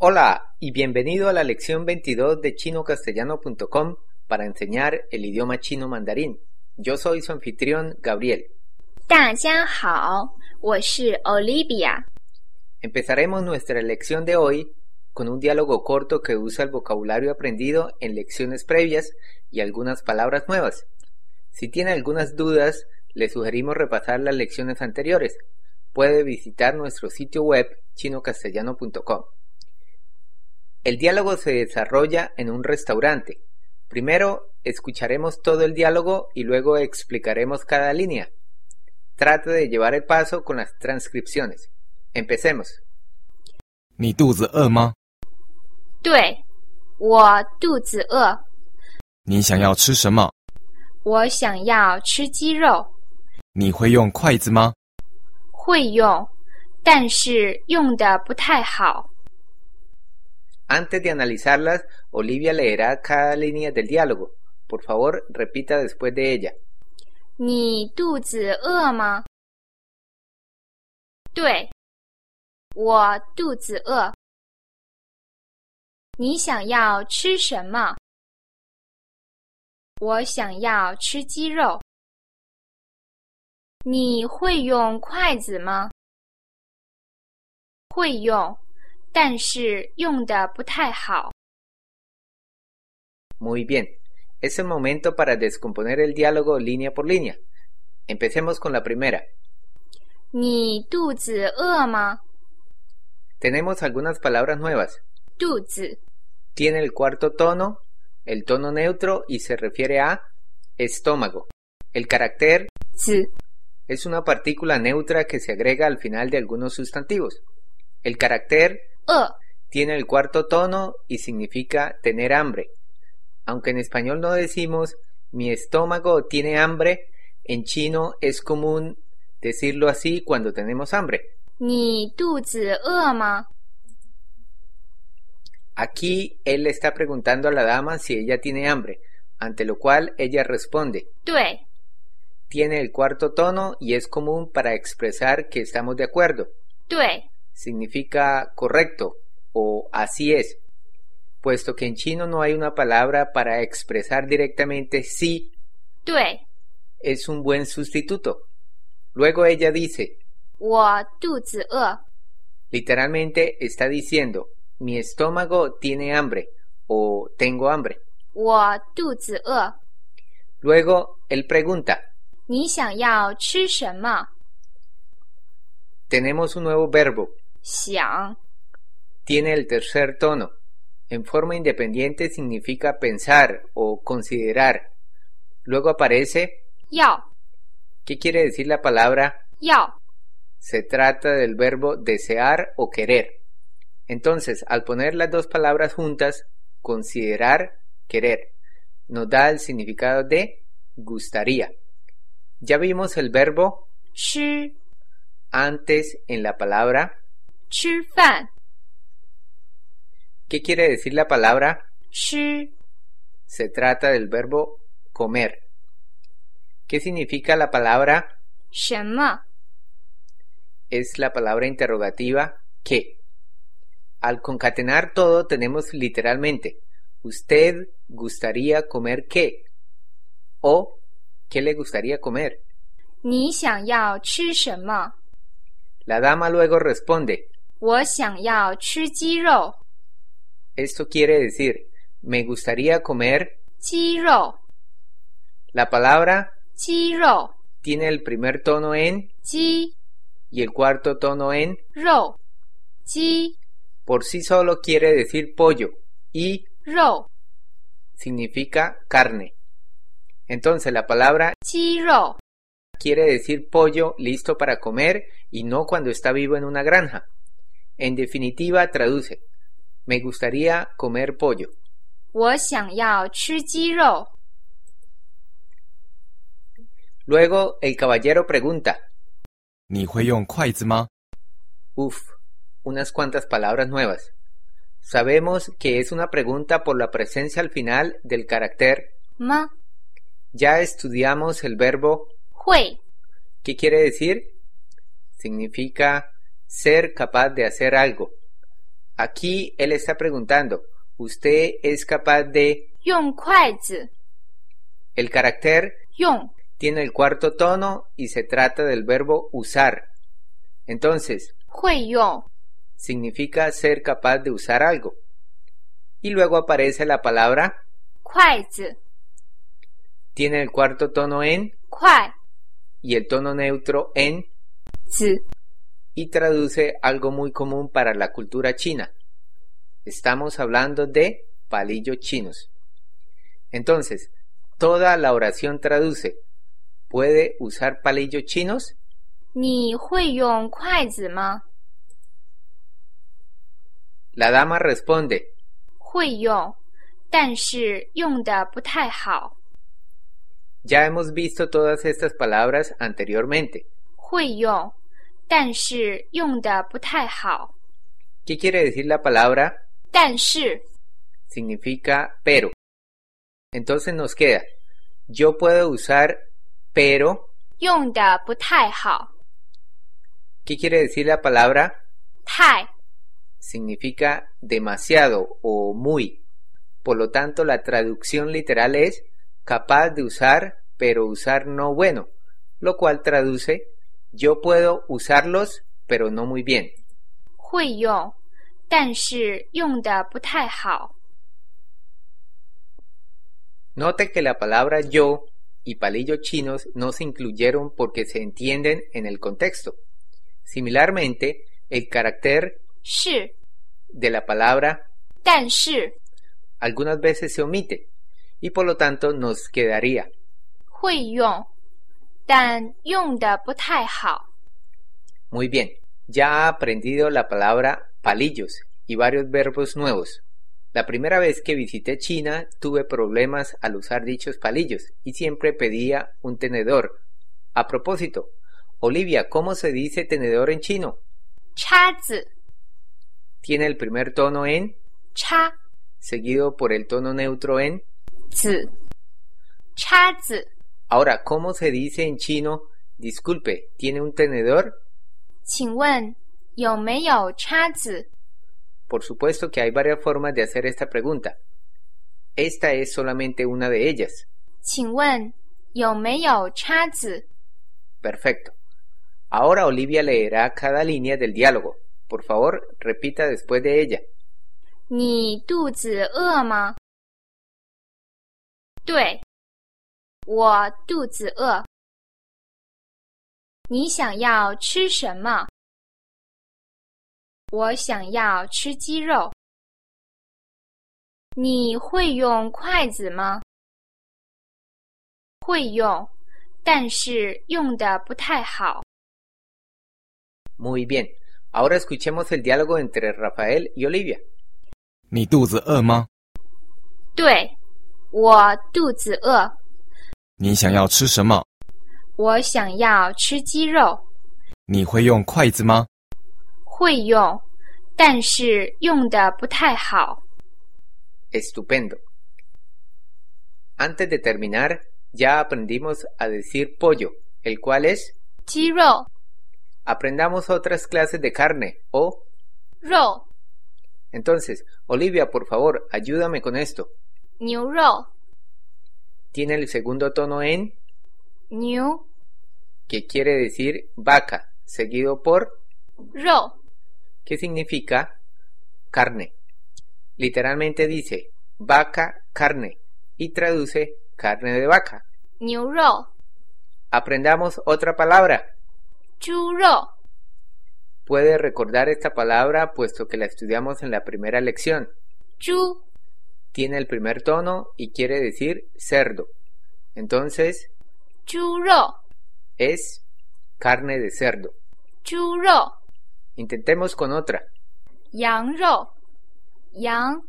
Hola y bienvenido a la lección 22 de chinocastellano.com para enseñar el idioma chino mandarín. Yo soy su anfitrión Gabriel. 大家好，我是 Olivia。 Empezaremos nuestra lección de hoy con un diálogo corto que usa el vocabulario aprendido en lecciones previas y algunas palabras nuevas. Si tiene algunas dudas, le sugerimos repasar las lecciones anteriores. Puede visitar nuestro sitio web chinocastellano.com. El diálogo se desarrolla en un restaurante. Primero escucharemos todo el diálogo y luego explicaremos cada línea. Trate de llevar el paso con las transcripciones. Empecemos. 你肚子饿吗？对，我肚子饿，你想要吃什么？我想要吃鸡肉，你会用筷子吗？会用，但是用的不太好。 Antes de analizarlas, Olivia leerá cada línea del diálogo. Por favor, repita después de ella. 你肚子饿吗？对，我肚子饿。你想要吃什么？我想要吃鸡肉。你会用筷子吗？会用，但是用的不太好。 Muy bien. Es el momento para descomponer el diálogo línea por línea. Empecemos con la primera. 你肚子饿吗？ Tenemos algunas palabras nuevas. 肚子， Tiene el cuarto tono, el tono neutro y se refiere a estómago. El carácter 子， es una partícula neutra que se agrega al final de algunos sustantivos. El carácter 饿， tiene el cuarto tono y significa tener hambre. Aunque en español no decimos mi estómago tiene hambre, en chino es común decirlo así cuando tenemos hambre. 你肚子饿吗？ Aquí él le está preguntando a la dama si ella tiene hambre, ante lo cual ella responde, 对， tiene el cuarto tono y es común para expresar que estamos de acuerdo. 对， significa correcto o así es, puesto que en chino no hay una palabra para expresar directamente sí, 对 es un buen sustituto. Luego ella dice, 我肚子饿。 literalmente está diciendo, mi estómago tiene hambre o tengo hambre. 我肚子饿。 Luego él pregunta, 你想要吃什么？ tenemos un nuevo verbo, 想， tiene el tercer tono. En forma independiente significa pensar o considerar. Luego aparece 要， ¿Qué quiere decir la palabra? 要， Se trata del verbo desear o querer. Entonces, al poner las dos palabras juntas, considerar, querer, nos da el significado de gustaría. Ya vimos el verbo 吃， antes en la palabra. 吃饭， ¿Qué quiere decir la palabra? 吃， Se trata del verbo comer. ¿Qué significa la palabra? 什么？ es la palabra interrogativa que. Al concatenar todo tenemos literalmente, ¿usted gustaría comer qué? O, ¿qué le gustaría comer? 你想要吃什么？ La dama luego responde, 我想要吃鸡肉， esto quiere decir, me gustaría comer. 鸡肉， La palabra 鸡肉， tiene el primer tono en 鸡 y el cuarto tono en, 肉，鸡 por sí solo quiere decir pollo y 肉， significa carne. Entonces la palabra 鸡肉， quiere decir pollo listo para comer y no cuando está vivo en una granja. En definitiva, traduce, me gustaría comer pollo. 我想要吃鸡肉。 Luego el caballero pregunta, 你会用筷子吗？ uff, unas cuantas palabras nuevas. Sabemos que es una pregunta por la presencia al final del carácter. 吗？ Ya estudiamos el verbo 会 ¿Qué quiere decir? Significa ser capaz de hacer algo. Aquí él está preguntando, ¿usted es capaz de...? 用筷子， El carácter 用 tiene el cuarto tono y se trata del verbo usar. Entonces, 会用 significa ser capaz de usar algo. Y luego aparece la palabra 筷子， tiene el cuarto tono en 筷 y el tono neutro en 子 y traduce algo muy común para la cultura china. Estamos hablando de palillos chinos. Entonces, toda la oración traduce. ¿Puede usar palillos chinos? 你会用筷子吗？ La dama responde. 会用，但是用的不太好。 Ya hemos visto todas estas palabras anteriormente. 会用，但是用的不太好。 ¿Qué quiere decir la palabra? 但是 Significa pero. Entonces nos queda. Yo puedo usar pero. 用的不太好， ¿Qué quiere decir la palabra? 太 significa demasiado o muy. Por lo tanto, la traducción literal es capaz de usar, pero usar no bueno, lo cual traduce yo puedo usarlos, pero no muy bien. 会用，但是用的不太好。 Note que la palabra yo y palillos chinos no se incluyeron porque se entienden en el contexto. Similarmente, el carácter 是， de la palabra 但是 algunas veces se omite y por lo tanto nos quedaría 会用，但用的不太好。 Muy bien, ya ha aprendido la palabra palillos y varios verbos nuevos. La primera vez que visité China tuve problemas al usar dichos palillos y siempre pedía un tenedor. A propósito, Olivia, ¿cómo se dice tenedor en chino? 叉子， Tiene el primer tono en, 叉 seguido por el tono neutro en. 子，叉子， Ahora, ¿cómo se dice en chino? Disculpe, ¿tiene un tenedor? 请问有没有叉子？ Por supuesto que hay varias formas de hacer esta pregunta. Esta es solamente una de ellas. 请问有没有叉子？ Perfecto. Ahora Olivia leerá cada línea del diálogo. Por favor, repita después de ella. 你肚子饿吗？对，我肚子饿。你想要吃什么？我想要吃鸡肉。你会用筷子吗？会用，但是用的不太好。 Muy bien. Ahora escuchemos el diálogo entre Rafael y Olivia. 你肚子饿吗？对，我肚子饿，你想要吃什么？我想要吃鸡肉。你会用筷子吗？会用，但是用的不太好。 Estupendo. Antes de terminar, ya aprendimos a decir pollo, el cual es 鸡肉、 aprendamos otras clases de carne o 肉、 entonces, Olivia, por favor, ayúdame con esto. 牛肉、 Tiene el segundo tono en, 牛 que quiere decir vaca, seguido por 肉、 que significa carne. Literalmente dice vaca carne y traduce carne de vaca. 牛肉、 Aprendamos otra palabra. 猪肉、 Puede recordar esta palabra puesto que la estudiamos en la primera lección. 猪 Tiene el primer tono y quiere decir cerdo. Entonces 猪肉、 es carne de cerdo. 猪肉、 Intentemos con otra. 羊肉、羊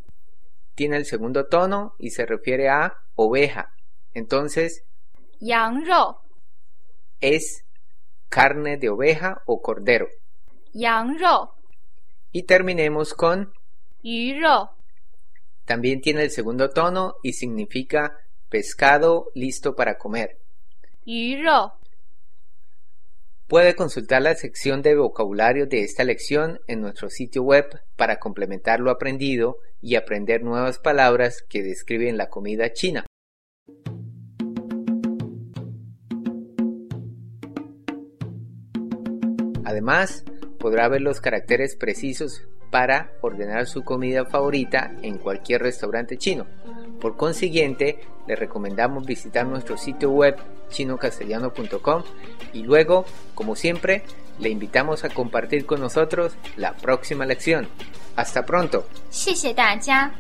Tiene el segundo tono y se refiere a oveja. Entonces 羊肉、 es carne de oveja o cordero. 羊肉、 Y terminemos con, 鱼肉、 también tiene el segundo tono y significa pescado listo para comer. 鱼肉、 Puede consultar la sección de vocabulario de esta lección en nuestro sitio web para complementar lo aprendido y aprender nuevas palabras que describen la comida china. Además, podrá ver los caracteres precisos para ordenar su comida favorita en cualquier restaurante chino. Por consiguiente, le recomendamos visitar nuestro sitio web chinocastellano.com y luego, como siempre, le invitamos a compartir con nosotros la próxima lección. Hasta pronto. 谢谢大家。